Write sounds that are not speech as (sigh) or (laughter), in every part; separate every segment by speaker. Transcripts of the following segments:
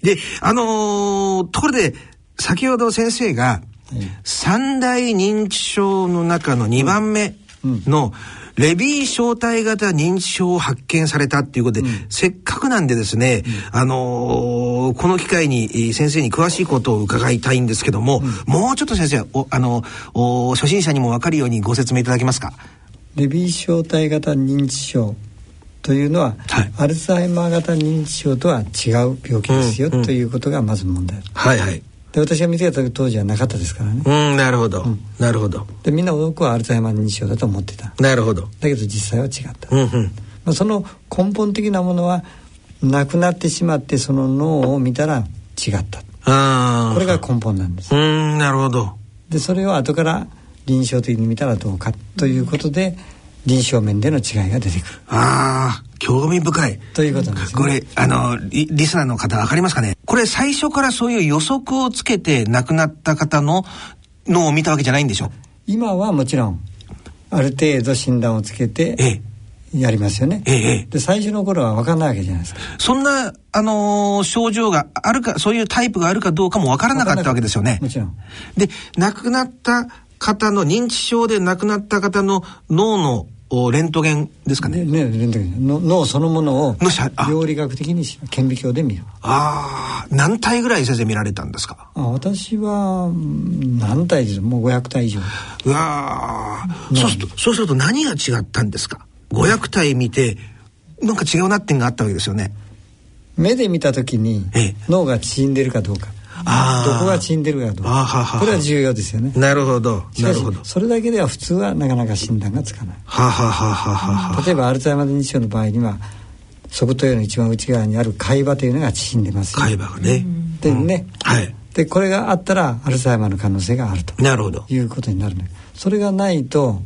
Speaker 1: で、あのーところで、先ほど先生が、三大認知症の中の2番目の、レビー小体型認知症を発見されたっていうことで、せっかくなんでですね、あのーこの機会にえー先生に詳しいことを伺いたいんですけども、もうちょっと先生、おあのお初心者にもわかるようにご説明いただけますか。
Speaker 2: レビー小体型認知症というのは、
Speaker 1: はい
Speaker 2: アルツハイマー型認知症とは違う病気ですよ、
Speaker 1: うんうん
Speaker 2: ということがまず問題
Speaker 1: はいはい。
Speaker 2: で私が見つけた当時はなかったですからね
Speaker 1: うん、なるほど。なるほど。
Speaker 2: でみんな多くはアルツハイマー認知症だと思ってただ
Speaker 1: なるほど。
Speaker 2: けど実際は違った、
Speaker 1: うん
Speaker 2: ま
Speaker 1: うん。
Speaker 2: あ、その根本的なものはなくなってしまってその脳を見たら違った
Speaker 1: ああ。
Speaker 2: これが根本なんです
Speaker 1: うーん、なるほど。
Speaker 2: でそれを後から臨床的に見たらどうかということで臨床面での違いが出てくる
Speaker 1: ああ、興味深い。
Speaker 2: ということなんですね
Speaker 1: これ、あの、リリスナーの方わかりますかねこれ最初からそういう予測をつけて亡くなった方の脳を見たわけじゃないんでしょ
Speaker 2: 今はもちろんある程度診断をつけ
Speaker 1: え
Speaker 2: て
Speaker 1: え。
Speaker 2: やりますよね、
Speaker 1: ええええ
Speaker 2: で最初の頃は分かんないわけじゃないですか
Speaker 1: そんな、あのー症状があるか、そういうタイプがあるかどうかもわからなかったわけですよね。
Speaker 2: もちろん
Speaker 1: で、亡くなった方の、認知症で亡くなった方の脳のおレントゲンですか
Speaker 2: ね
Speaker 1: ね。
Speaker 2: ねレントゲンの脳そのものを
Speaker 1: のしゃあ
Speaker 2: 病理学的にし顕微鏡で見る
Speaker 1: ああ、何体ぐらい先生見られたんですか
Speaker 2: あ私はうん何体ですもう500体以上
Speaker 1: うわあ、そうすると、そうすると何が違ったんですか ?500 体見て、なんか違うなってんがあったわけですよね。
Speaker 2: 目で見た時に
Speaker 1: ええ
Speaker 2: 脳が縮んでるかどうか
Speaker 1: あー
Speaker 2: どこが縮んでるかどう
Speaker 1: あーはは
Speaker 2: かこれは重要ですよね
Speaker 1: なるほど、
Speaker 2: しかしそれだけでは普通はなかなか診断がつかない
Speaker 1: はははははは。
Speaker 2: 例えばアルツハイマー認知症の場合には側頭葉の一番内側にある海馬というのが縮んでますよ
Speaker 1: 海馬がね。
Speaker 2: でね、
Speaker 1: はい。
Speaker 2: でこれがあったらアルツハイマーの可能性があると
Speaker 1: なるほど。
Speaker 2: いうことになるのよそれがないと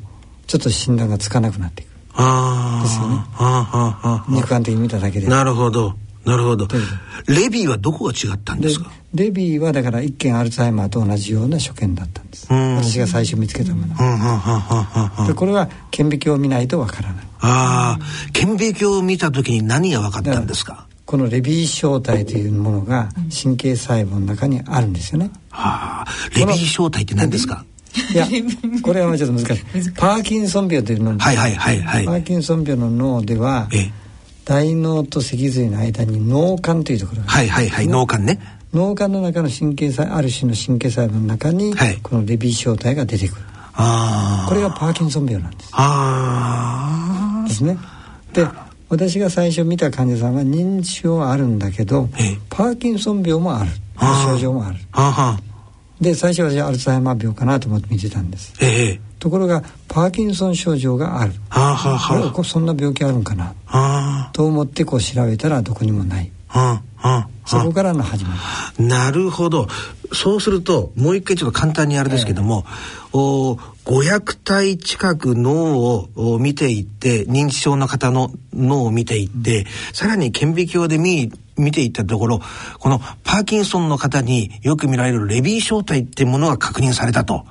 Speaker 2: ちょっと診断がつかなくなっていく
Speaker 1: ああ。
Speaker 2: ですよね
Speaker 1: はあはあはあ
Speaker 2: 肉眼的に見ただけで
Speaker 1: なるほど。なるほど
Speaker 2: というこ。
Speaker 1: レビーはどこが違ったん
Speaker 2: で
Speaker 1: ですか
Speaker 2: レビーはだから一見アルツハイマーと同じような所見だったんです
Speaker 1: うん
Speaker 2: 私が最初見つけたもの
Speaker 1: うんうんうんうんうんうんあ
Speaker 2: でこれは顕微鏡を見ないとわからない
Speaker 1: あー、顕微鏡を見た時に何が分かったんですか
Speaker 2: このレビー小体というものが神経細胞の中にあるんですよね
Speaker 1: はあ、レビー小体って何ですか
Speaker 2: いやこれはちょっと難しいパーキンソン病というのも、
Speaker 1: はいはいはいはい
Speaker 2: パーキンソン病の脳では
Speaker 1: ええ
Speaker 2: 大脳と脊髄の間に脳幹というところがある
Speaker 1: はいはいはい、脳幹ね。
Speaker 2: 脳幹の中の神経細ある種の神経細胞の中に、
Speaker 1: はい
Speaker 2: このレビー小体が出てくる
Speaker 1: ああ。
Speaker 2: これがパーキンソン病なんです
Speaker 1: あ
Speaker 2: ですねで私が最初見た患者さんは認知症はあるんだけど
Speaker 1: ええ
Speaker 2: パーキンソン病もある
Speaker 1: あー
Speaker 2: 症状もある
Speaker 1: あ。はあはあ。
Speaker 2: で最初は私はアルツハイマー病かなと思って見てたんです
Speaker 1: ええ。
Speaker 2: ところがパーキンソン症状がある
Speaker 1: はあはあ
Speaker 2: これ
Speaker 1: は
Speaker 2: こそんな病気あるんかな
Speaker 1: あ。
Speaker 2: と思ってこう調べたらどこにもない
Speaker 1: ああ。
Speaker 2: そこからの始まりです
Speaker 1: なるほど。そうすると、もう一回ちょっと簡単にあれですけども、お500体近く脳をお見ていって、認知症の方の脳を見ていって、さらに顕微鏡で見、見ていったところ、このパーキンソンの方によく見られるレビー小体ってものが確認されたと。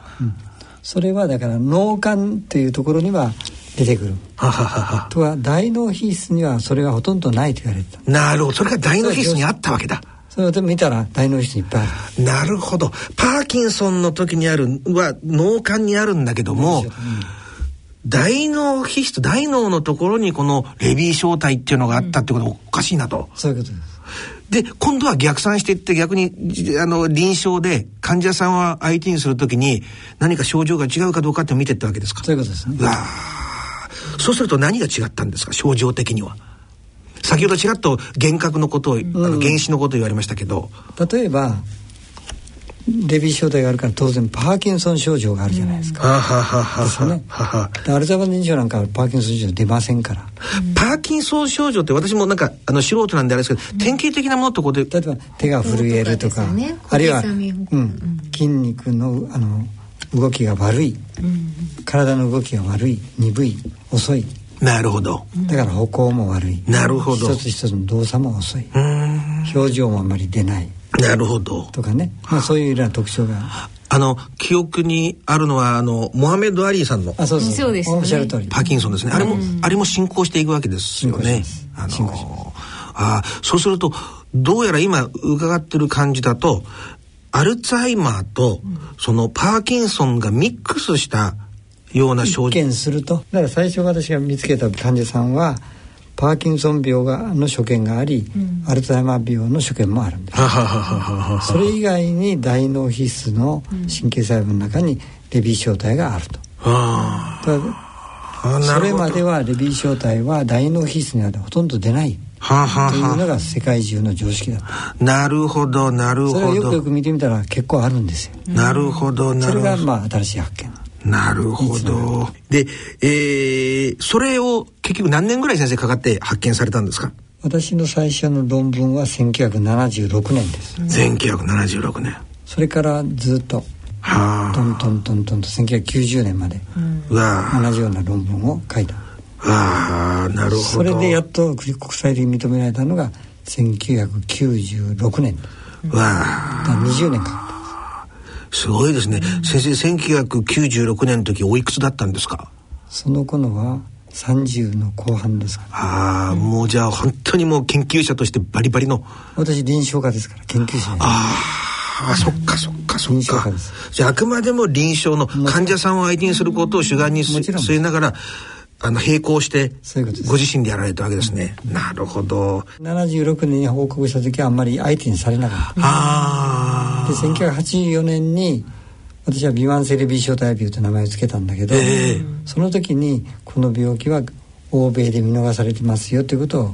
Speaker 2: それはだから脳幹というところには出てくる
Speaker 1: はははは。
Speaker 2: あとは大脳皮質にはそれがほとんどないと言われてた
Speaker 1: なるほど。それが大脳皮質にあったわけだ。
Speaker 2: それを見たら大脳皮質いっぱいある
Speaker 1: なるほど。パーキンソンの時にあるは脳幹にあるんだけども、大脳皮質、大脳のところにこのレビー小体っていうのがあったってことはおかしいなと。
Speaker 2: そういうことです
Speaker 1: で、今度は逆算していって逆に、じあの、臨床で患者さんは相手にするときに何か症状が違うかどうかって見ていったわけですか。
Speaker 2: そういうことですね
Speaker 1: うわーそうすると何が違ったんですか、症状的には。先ほどちらっと幻覚のことを、あの原子のことを言われましたけど、
Speaker 2: 例えばレビー小体があるから当然パーキンソン症状があるじゃないですか、
Speaker 1: はあはあはあはあ
Speaker 2: ですよね
Speaker 1: はあはあ
Speaker 2: でアルツハイマー認知症なんかはパーキンソン症状出ませんから
Speaker 1: パーキンソン症状って私もなんかあの素人なんであれですけど、典型的なものってことで、
Speaker 2: 例えば手が震えるとか
Speaker 3: そうですね
Speaker 2: あるいは、
Speaker 3: 小刻みに
Speaker 2: うん、筋肉のあの動きが悪い、体の動きが悪い鈍い遅い
Speaker 1: なるほど。
Speaker 2: だから歩行も悪い、
Speaker 1: なるほど
Speaker 2: 一つ一つの動作も遅いう
Speaker 1: ーん。
Speaker 2: 表情もあんまり出ない
Speaker 1: なるほど。
Speaker 2: とかね、まあ、そういうような特徴が
Speaker 1: あの、記憶にあるのは、あの、モハメド・アリーさんの
Speaker 2: あそうそう
Speaker 3: そうですね
Speaker 2: おっしゃる通り
Speaker 1: パーキンソンですね。あれも、あれも進行していくわけですよね
Speaker 2: 進行し。
Speaker 1: あ
Speaker 2: ます進行し
Speaker 1: の、あーそうすると、どうやら今伺ってる感じだと、アルツハイマーと、そのパーキンソンがミックスしたような症
Speaker 2: 一
Speaker 1: 状。
Speaker 2: 見するとだから最初私が見つけた患者さんはパーキンソン病がの所見があり、アルツハイマー病の所見もあるんです
Speaker 1: はははははは
Speaker 2: それ以外に大脳皮質の神経細胞の中にレビー小体があると、
Speaker 1: あ
Speaker 2: ただ
Speaker 1: あ、な
Speaker 2: そ
Speaker 1: る
Speaker 2: れ
Speaker 1: ほど。
Speaker 2: まではレビー小体は大脳皮質にはほとんど出ない
Speaker 1: はは
Speaker 2: というの
Speaker 1: は
Speaker 2: が世界中の常識だった
Speaker 1: なるほど、なる
Speaker 2: それを
Speaker 1: ほ
Speaker 2: よくよ
Speaker 1: ど。
Speaker 2: く見てみたら結構あるんですよ
Speaker 1: なるほど、な
Speaker 2: そ
Speaker 1: る
Speaker 2: れが
Speaker 1: ほど。
Speaker 2: まあ新しい発見
Speaker 1: なるほど。で、えー、それを結局何年ぐらい先生かかって発見されたんですか
Speaker 2: 私の最初の論文は1976年です、
Speaker 1: ?1976 年。
Speaker 2: それからずっと
Speaker 1: は
Speaker 2: トントントントンと1990年まで
Speaker 1: あ、うわあ、
Speaker 2: 同じような論文を書いた
Speaker 1: ああ、なるほど。
Speaker 2: それでやっと国際的に認められたのが1996年だ
Speaker 1: うわあ、
Speaker 2: から20年かかっ
Speaker 1: すごいですね。先生、1996年の時おいくつだったんですか
Speaker 2: たその頃は30の後半ですから
Speaker 1: ああ、もうじゃあ本当にもう研究者としてバリバリの。
Speaker 2: 私臨床家ですから研究者じゃない
Speaker 1: ああ、そっかそっかそっ
Speaker 2: 臨床
Speaker 1: か
Speaker 2: 家です。
Speaker 1: じゃああくまでも臨床の患者さんを相手にすることを主眼にす
Speaker 2: もちろん
Speaker 1: 据えながら、あの、並行して
Speaker 2: そういうことで、す
Speaker 1: ご自身でやられたわけですね。なるほど。
Speaker 2: 76年に報告した時はあんまり相手にされなかっ
Speaker 1: あ
Speaker 2: たで1984年に私は微慢性レビー小体病という名前を付けたんだけど、
Speaker 1: ええ
Speaker 2: その時にこの病気は欧米で見逃されてますよということを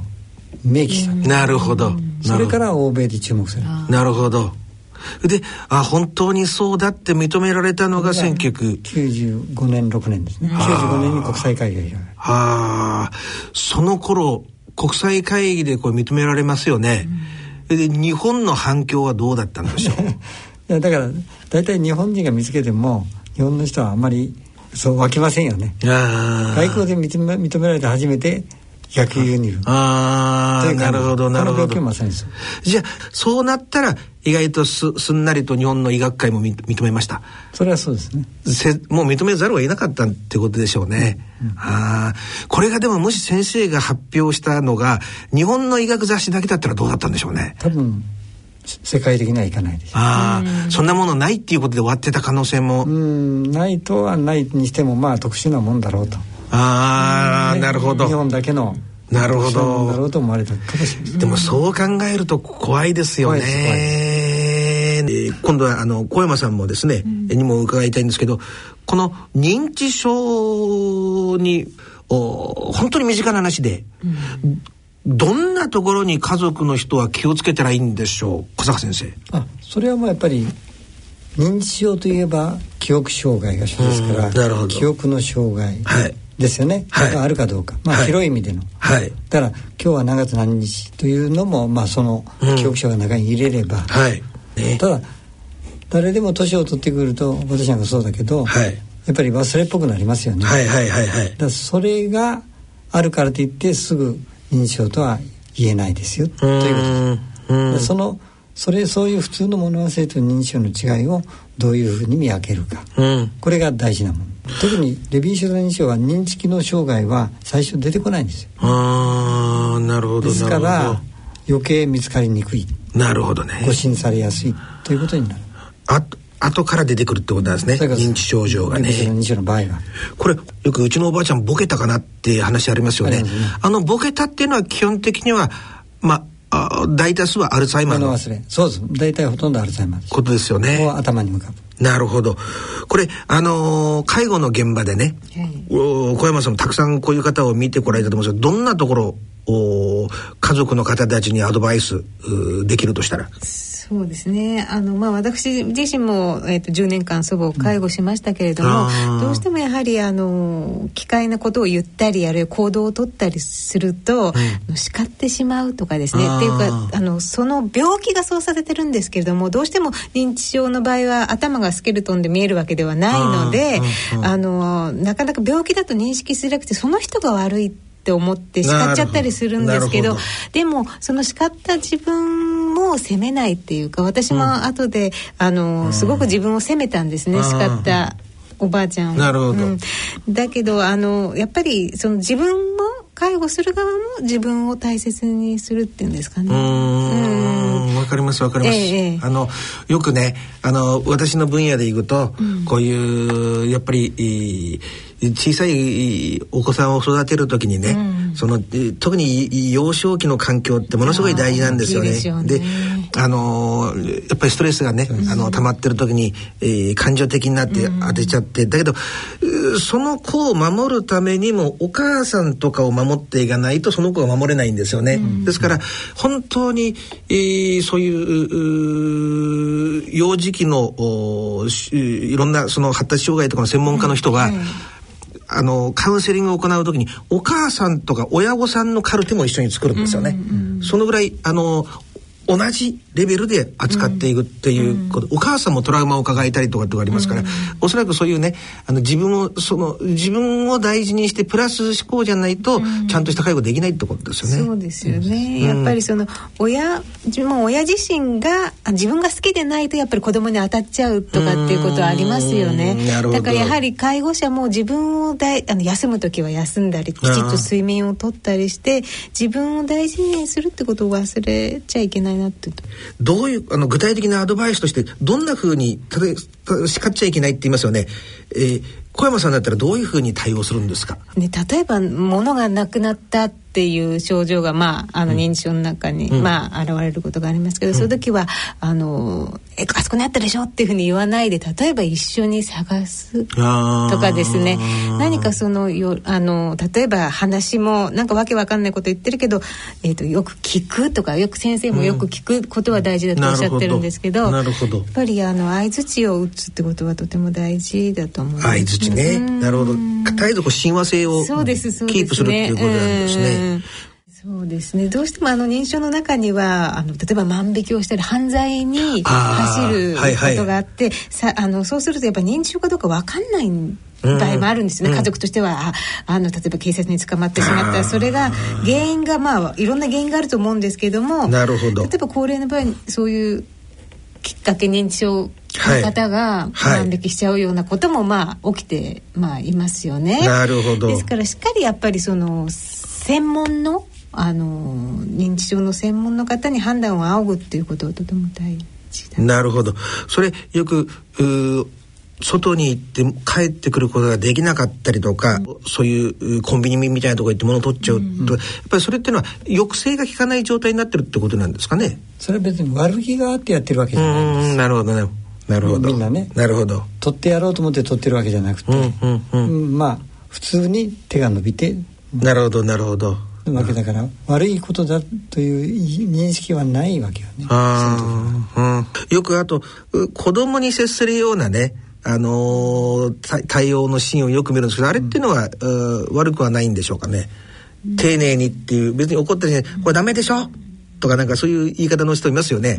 Speaker 2: 明記した、
Speaker 1: あ、なるほど。。
Speaker 2: それからら欧米で注目された
Speaker 1: なるほど。で、あ、本当にそうだって認められたのが1900。
Speaker 2: 95年6年ですね95年に国際会議が開かれ
Speaker 1: ああ、その頃、国際会議でこれ認められますよね。で、日本の反響はどうだったんでしょう。
Speaker 2: た (laughs) だから大体日本人が見つけても日本の人はあんまりそう湧きませんよね
Speaker 1: あ
Speaker 2: 外交で認め認められて初めて逆輸入
Speaker 1: ああ、なるほど、なる
Speaker 2: この
Speaker 1: ほ
Speaker 2: 病気も
Speaker 1: ど
Speaker 2: ま。さにそう
Speaker 1: じゃあ、そうなったら、意外とすすんなりと日本の医学界もみ認めました。
Speaker 2: それはそうですね
Speaker 1: せもう認めざるを得なかったってことでしょうね。ああ、これがでももし先生が発表したのが、日本の医学雑誌だけだったらどうだったんでしょうね。
Speaker 2: 多分せ世界的にはいかないでしょ
Speaker 1: ああ、そんなものないっていうことで終わってた可能性も。
Speaker 2: ううんないとはないにしてもまあ特殊なもんだろうと
Speaker 1: ああ、
Speaker 2: ね
Speaker 1: なるほ
Speaker 2: 日
Speaker 1: ど。
Speaker 2: 本だけの
Speaker 1: なるほ
Speaker 2: 特殊なもんだろ
Speaker 1: ど。
Speaker 2: うと思われたかもしれない
Speaker 1: でもそう考えると怖いですよ
Speaker 2: 怖いです怖
Speaker 1: ね。
Speaker 2: い
Speaker 1: えー今度はあの小山さんもですね、にも伺いたいんですけど、この認知症にお本当に身近な話で、どんなところに家族の人は気をつけたらいいんでしょう、小坂先生。
Speaker 2: あそれはもうやっぱり認知症といえば記憶障害が一緒ですから、
Speaker 1: うんなるほど
Speaker 2: 記憶の障害
Speaker 1: はい
Speaker 2: ですよね、
Speaker 1: はい
Speaker 2: があるかどうか、まあ
Speaker 1: はい
Speaker 2: 広い意味での、
Speaker 1: はい。
Speaker 2: だから今日は何月何日というのも、まあ、その
Speaker 1: うん
Speaker 2: 記憶障害の中に入れれば、
Speaker 1: はい。ね
Speaker 2: ただ誰でも年を取ってくると私なんかそうだけど、
Speaker 1: はい
Speaker 2: やっぱり忘れっぽくなりますよね、
Speaker 1: はいはいはいはい
Speaker 2: だ。からそれがあるからといってすぐ認知症とは言えないですよということです。
Speaker 1: う
Speaker 2: で
Speaker 1: ん
Speaker 2: そのそれそういう普通の物忘れと認知症の違いをどういうふうに見分けるか
Speaker 1: うん。
Speaker 2: これが大事なもの特にレビー症と認知症は認知機能障害は最初出てこないんですよ
Speaker 1: ああ、なるほど。
Speaker 2: ですから余計見つかりにくい
Speaker 1: なるほどね。
Speaker 2: 誤診されやすいということになる
Speaker 1: あ後から出てくるってことなんですね
Speaker 2: それが
Speaker 1: 認知症状が
Speaker 2: レビー症と
Speaker 1: ね
Speaker 2: 認知症の場合は
Speaker 1: これよくうちのおばあちゃんボケたかなって話ありますよね
Speaker 2: あ
Speaker 1: あ
Speaker 2: りますね
Speaker 1: のボケたっていうのは基本的にはまああ大多数はアルツハイマー
Speaker 2: 物
Speaker 1: の
Speaker 2: 忘れそうです大体ほとんどアルツハイマーです
Speaker 1: ことですよ
Speaker 2: ここ
Speaker 1: ね
Speaker 2: は頭に向かう
Speaker 1: なるほどこれあのー介護の現場でね、
Speaker 3: はい
Speaker 1: お小山さんもたくさんこういう方を見てこられたと思うんですけどどんなところを家族の方たちにアドバイスうーできるとしたら
Speaker 3: そうですねあの、まあ、私自身も、えー、と10年間祖母を介護しましたけれども、
Speaker 1: あー
Speaker 3: どうしてもやはりあの機械なことを言ったりあるいは行動を取ったりすると、叱ってしまうとかですね
Speaker 1: あー
Speaker 3: っていうかあのその病気がそうされてるんですけれどもどうしても認知症の場合は頭がスケルトンで見えるわけではないので
Speaker 1: あーうんうん
Speaker 3: あのなかなか病気だと認識しづらくてその人が悪いって思って叱っちゃったりするんですけ
Speaker 1: なるほどなる
Speaker 3: ど
Speaker 1: ほど
Speaker 3: でもその叱った自分も責めないっていうか私も後で、あのすごく自分を責めたんですね、
Speaker 1: うん
Speaker 3: 叱ったおばあちゃんを。
Speaker 1: なるほど
Speaker 3: うんだけどあのやっぱりその自分も介護する側も自分を大切にするっていうんですかね。
Speaker 1: うんわかりますわかります、
Speaker 3: ええ
Speaker 1: あのよくねあの私の分野でいくと、こういうやっぱりいい小さいいお子さんを育てる時にね、そのい特にい幼少期の環境ってものすごい大事なんですよね。
Speaker 3: あー大きいですよね
Speaker 1: あのーやっぱりストレスがね、あの溜まってる時に、えー感情的になって当てちゃって、だけどうーその子を守るためにもお母さんとかを守っていかないとその子が守れないんですよね、ですから本当に、えーそういううー幼児期のおーしいろんなその発達障害とかの専門家の人が、あの、カウンセリングを行うときに、お母さんとか親御さんのカルテも一緒に作るんですよね。そのぐらい、あの、同じレベルで扱っていくっていうこと、お母さんもトラウマを抱えたりとかってことがありますから、おそらくそういうね、あの自分を、その、自分を大事にして、プラス思考じゃないと、ちゃんとした介護できないってことですよ
Speaker 3: そ
Speaker 1: ね。
Speaker 3: うですよね、やっぱりその親自分親自身があ自分が好きでないとやっぱり子供に当たっちゃうとかっていうことはありますよね
Speaker 1: うんなるほど
Speaker 3: だからやはり介護者も自分を大あの休む時は休んだりきちっと睡眠をとったりして自分を大事にするってことを忘れちゃいけないなって
Speaker 1: どういう、あの、具体的なアドバイスとして、どんな風に、たとえた叱っちゃいけないって言いますよね。えー小山さんだったらどういう風に対応するんですか
Speaker 3: ね、例えば物がなくなったっていう症状が、まあ、あの認知症の中に、まあ、現れることがありますけど、そういう時はあのえあそこにあったでしょっていうふうに言わないで例えば一緒に探すと
Speaker 1: と
Speaker 3: かですね何かそのよあの例えば話もなんかわけわかんないこと言ってるけど、えー、とよく聞くとかよく先生もよく聞くことは大事だとおっしゃってるんですけど,、
Speaker 1: なるほどなるほど
Speaker 3: やっぱりあの相槌を打つってことはとても大事だと思います。
Speaker 1: 相槌ね。なるほど。絶えずこう親和性をキ
Speaker 3: そうですそうです、ね、
Speaker 1: ープするっていうことなんです
Speaker 3: う
Speaker 1: ね
Speaker 3: ん。そうですねどうしてもあの認証の中にはあの例えば万引きをしたり犯罪に
Speaker 1: あー
Speaker 3: 走る
Speaker 1: はいはい
Speaker 3: ことがあってさあのそうするとやっぱ認知症かどうか分かんない場合もあるんですよね、家族としてはああの例えば警察に捕まってしまったらそれが原因がまあいろんな原因があると思うんですけども
Speaker 1: なるほど
Speaker 3: 例えば高齢の場合にそういうきっかけ認知症の方が
Speaker 1: はい
Speaker 3: 万引きしちゃうようなこともまあ起きてまあいますよね。
Speaker 1: なるほど
Speaker 3: ですからしっかりやっぱりその専門のあの認知症の専門の方に判断を仰ぐっていうことはとても大事だ。
Speaker 1: なるほど。それよく、うー外に行って帰ってくることができなかったりとか、そういううコンビニみたいなとこ行って物を取っちゃうと、やっぱりそれっていうのは抑制が効かない状態になってるってことなんですかね。
Speaker 2: それは別に悪気があってやってるわけ
Speaker 1: う
Speaker 2: じゃないんです
Speaker 1: ん、なるほどね。なるほど。
Speaker 2: みんなね
Speaker 1: なるほど。
Speaker 2: 取ってやろうと思って取ってるわけじゃなくて、
Speaker 1: うんうんうん。
Speaker 2: うんまあ普通に手が伸びて
Speaker 1: なるほどなるほど。
Speaker 2: るわけだから、悪いことだという認識はないわけよね
Speaker 1: ああ、うん、よくあとう子供に接するようなねあのーた対応のシーンをよく見るんですけどあれっていうのは、うー悪くはないんでしょうかね丁寧にっていう別に怒ったりしないこれダメでしょとかなんかそういう言い方の人いますよね、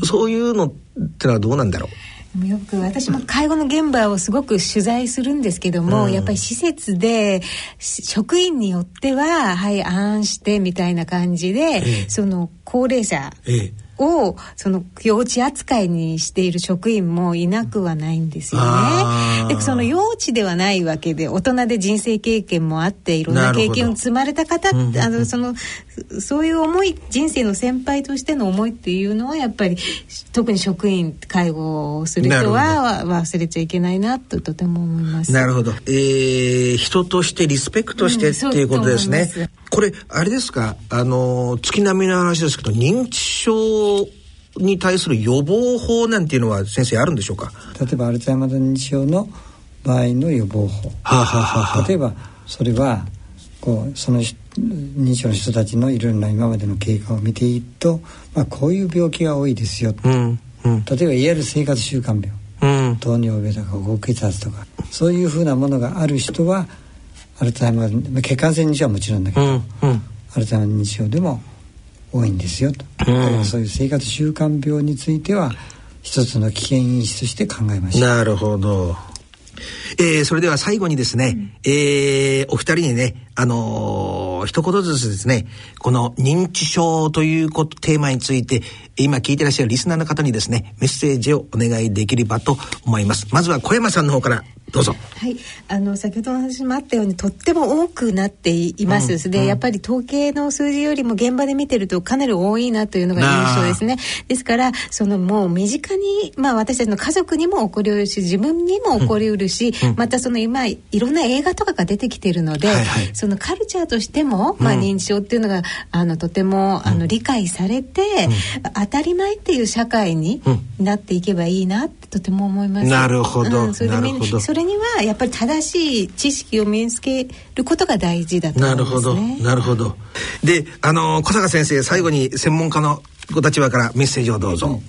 Speaker 1: そそういうのってのはどうなんだろ
Speaker 3: でもよく私も介護の現場をすごく取材するんですけども、やっぱり施設でし職員によってははいあーんしてみたいな感じで、その高齢者
Speaker 1: うええ
Speaker 3: をその幼稚扱いにしている職員もいなくはないんですよ
Speaker 1: あ
Speaker 3: ね。
Speaker 1: ー
Speaker 3: でその幼稚ではないわけで大人で人生経験もあっていろんな経験を積まれた方あのそのそういう思い人生の先輩としての思いっていうのはやっぱり特に職員介護をする人
Speaker 1: なる
Speaker 3: はわ忘れちゃいけないなととても思います。
Speaker 1: なるほど。えー、人としてリスペクトして
Speaker 3: う
Speaker 1: っ
Speaker 3: んそう
Speaker 1: ていうことですね。
Speaker 3: そう思いま
Speaker 1: これ、あれですか、あの、月並みの話ですけど、認知症に対する予防法なんていうのは先生あるんでしょうか
Speaker 2: 例えばアルツハイマー型認知症の場合の予防法
Speaker 1: はあ、はあはあは
Speaker 2: 例えばそれはこうその人認知症の人たちのいろんな今までの経過を見ていくと、まあ、こういう病気が多いですよ、
Speaker 1: あ、うん、うん、
Speaker 2: 例えばいわゆる生活習慣病
Speaker 1: うん。
Speaker 2: 糖尿病だとか高血圧とかそういうふうなものがある人はアルツハイマーまあ血管性認知症はもちろんだけ
Speaker 1: う
Speaker 2: ど、
Speaker 1: ん、うん。
Speaker 2: アルツハイマー認知症でも多いんですよと、だからそういう生活習慣病については一つの危険因子として考えましょう
Speaker 1: なるほど。えー、それでは最後にですね、えー、お二人にね、あのー一言ずつですね、この認知症ということ、テーマについて、今聞いてらっしゃるリスナーの方にですね、メッセージをお願いできればと思います。まずは小山さんの方からどうぞ。
Speaker 3: はい、あの先ほどの話もあったようにとっても多くなっています、うん、で、やっぱり統計の数字よりも現場で見てるとかなり多いなというのが印象ですねですからそのもう身近に、まあ、私たちの家族にも起こりうるし自分にも起こりうるし、うん、またその今いろんな映画とかが出てきてるので、はいはい、そのカルチャーとしても、まあ、認知症っていうのが、うん、あのとてもあの理解されて、当たり前っていう社会になっていけばいいなってとても思います。
Speaker 1: なるほど、、
Speaker 3: それでそれにはやっぱり正しい知識を身につけることが大事だと思います
Speaker 1: ね、なるほど、なるほど。で、あの小坂先生最後に専門家のご立場からメッセージをどうぞ。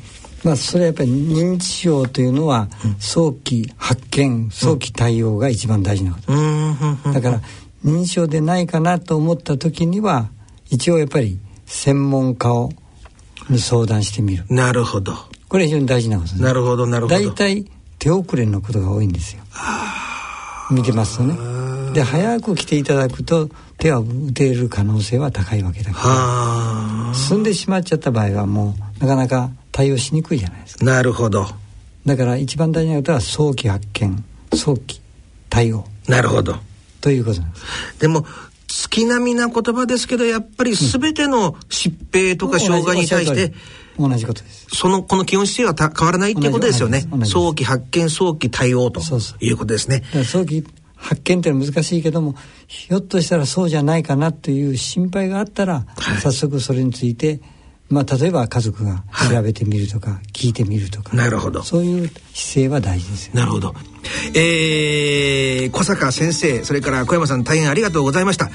Speaker 2: まあ、それはやっぱり認知症というのは早期発見、早期対応が一番大事なこと、うん、だから認知症でないかなと思った時には一応やっぱり専門家をに相談してみる
Speaker 1: なるほど
Speaker 2: これ非常に大事なことです、
Speaker 1: ね、なるほどなるほど
Speaker 2: 大体手遅れのことが多いんですよ見てますとねで早く来ていただくと手は打てる可能性は高いわけだから進んでしまっちゃった場合はもうなかなか対応しにくいじゃないですか
Speaker 1: なるほど
Speaker 2: だから一番大事なことは早期発見早期対応
Speaker 1: なるほど
Speaker 2: ということなんです
Speaker 1: でも月並みな言葉ですけどやっぱり全ての疾病とか障害に対して、
Speaker 2: 同じことです
Speaker 1: そのこの基本姿勢は変わらないっていうことですよね早期発見早期対応ということですね
Speaker 2: 早期発見って難しいけどもひょっとしたらそうじゃないかなという心配があったら、はい、早速それについてまあ、例えば家族が調べてみるとか、はい、聞いてみるとか
Speaker 1: なるほど
Speaker 2: そういう姿勢は大事ですよ、
Speaker 1: ね、なるほど、えー、小坂先生それから小山さん大変ありがとうございました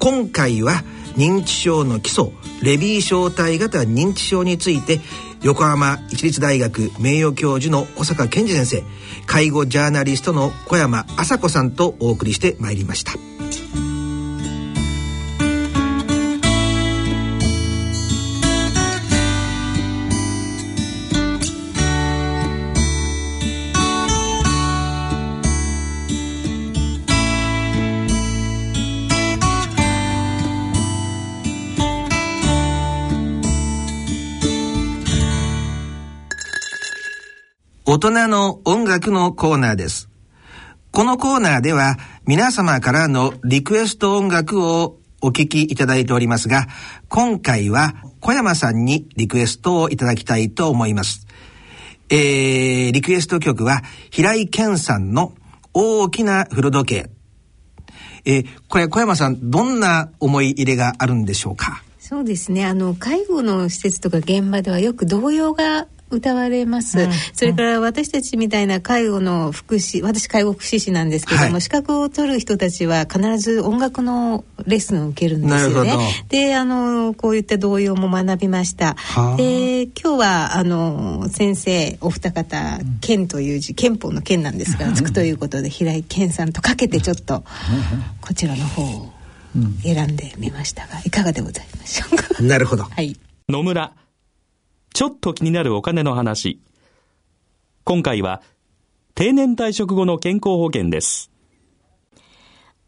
Speaker 1: 今回は認知症の基礎レビー小体型認知症について横浜市立大学名誉教授の小坂健二先生介護ジャーナリストの小山麻子さんとお送りしてまいりました。大人の音楽のコーナーです。このコーナーでは皆様からのリクエスト音楽をお聴きいただいておりますが、今回は小山さんにリクエストをいただきたいと思います。えー、リクエスト曲は平井健さんの大きな古時計。えー、これ小山さんどんな思い入れがあるんでしょうか
Speaker 3: そうですね。あの、介護の施設とか現場ではよく童謡が歌われます、うん、それから私たちみたいな介護の福祉私介護福祉士なんですけども、はい、資格を取る人たちは必ず音楽のレッスンを受けるんですよねであのこういった童謡も学びましたで今日はあの先生お二方「憲」という字憲法の憲なんですからつくということで平井健さんとかけてちょっとこちらの方を選んでみましたがいかがでございましょ
Speaker 4: (laughs)
Speaker 3: うか
Speaker 1: なるほど、
Speaker 3: はい、
Speaker 5: 野村ちょっと気になるお金の話。今回は、定年退職後の健康保険です。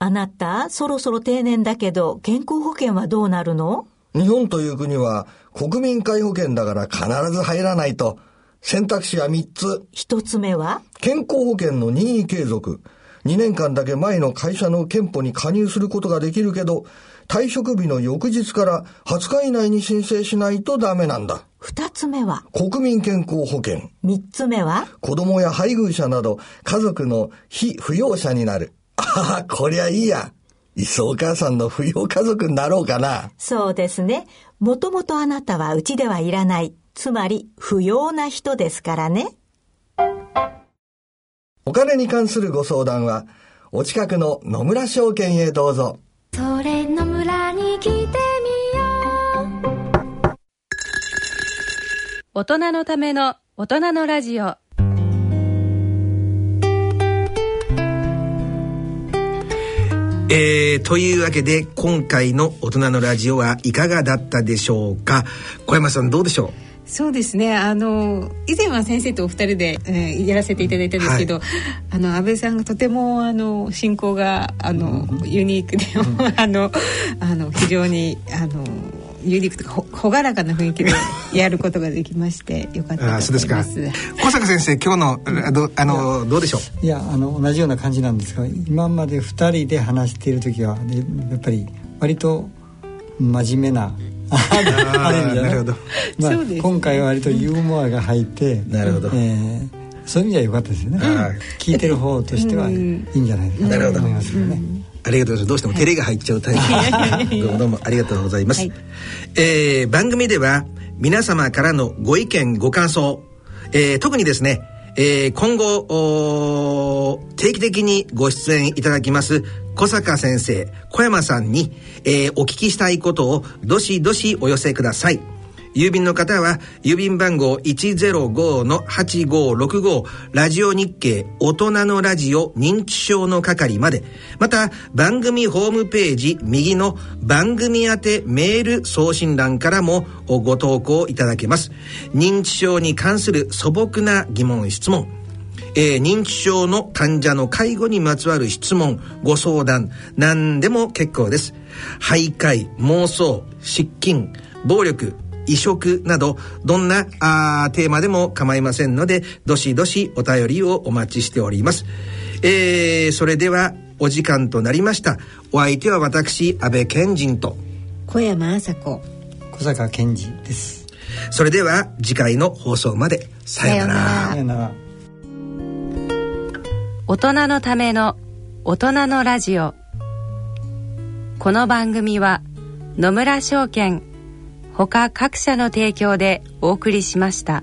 Speaker 4: あなた、そろそろ定年だけど、健康保険はどうなるの
Speaker 6: 日本という国は、国民皆保険だから必ず入らないと。選択肢は3つ。
Speaker 4: 1つ目は
Speaker 6: 健康保険の任意継続。2年間だけ前の会社の憲法に加入することができるけど、退職日の翌日から20日以内に申請しないとダメなんだ。
Speaker 4: 二つ目は
Speaker 6: 国民健康保険。
Speaker 4: 三つ目は
Speaker 6: 子供や配偶者など家族の非扶養者になる。ああ、こりゃいいや。いっそお母さんの扶養家族になろうかな。
Speaker 4: そうですね。もともとあなたはうちではいらない。つまり、不要な人ですからね。
Speaker 6: お金に関するご相談は、お近くの野村証券へどうぞ。
Speaker 7: それ野村に来てみよう大人のための大人のラジオ
Speaker 1: えー、というわけで今回の大人のラジオはいかがだったでしょうか小山さんどうでしょう
Speaker 3: そうですねあの以前は先生とお二人で、えー、やらせていただいたんですけど、はい、あの安倍さんがとてもあの進 (laughs) 行があのユニークであのあの非常にあのユニークとかほ朗らかな雰囲気でやることができましてよかったと
Speaker 1: あ
Speaker 3: 思いま
Speaker 1: あ
Speaker 3: す。
Speaker 1: そうですか小坂先生今日のあどあのどうでしょう
Speaker 2: いやあの同じような感じなんですが今まで2人で話している時はでやっぱり割と真面目な (laughs) あれみたい
Speaker 1: なるほど
Speaker 2: まあ
Speaker 3: そうですね
Speaker 2: 今回は割とユーモアが入って
Speaker 1: なるほど
Speaker 2: えーそういう意味では良かったですよね、
Speaker 1: はい
Speaker 2: 聞いてる方としてはいいんじゃないか
Speaker 1: なるほ
Speaker 2: な
Speaker 1: ど
Speaker 2: と思いますけどね、
Speaker 1: ありがとうございます。どうしても照れが入っちゃうタイ (laughs) プ。どうもどうもありがとうございます。
Speaker 3: はい
Speaker 1: えー番組では皆様からのご意見、ご感想、えー特にですね、えー今後、おー定期的にご出演いただきます、小坂先生、小山さんに、えーお聞きしたいことを、どしどしお寄せください。郵便の方は、郵便番号105-8565、ラジオ日経、大人のラジオ、認知症の係まで、また、番組ホームページ、右の番組宛てメール送信欄からもご投稿いただけます。認知症に関する素朴な疑問、質問。えー認知症の患者の介護にまつわる質問、ご相談、何でも結構です。徘徊、妄想、失禁、暴力、移植など、どんなあーテーマでも構いませんので、どしどしお便りをお待ちしております。えーそれでは、お時間となりました。お相手は私、安倍賢人と。
Speaker 3: 小山麻子。
Speaker 2: 小坂健二です
Speaker 1: それでは、次回の放送まで。さよう
Speaker 3: さよう
Speaker 1: な
Speaker 3: な
Speaker 1: ら
Speaker 3: ら。
Speaker 2: さよなら
Speaker 7: 大人のための大人のラジオこの番組は野村証券他各社の提供でお送りしました。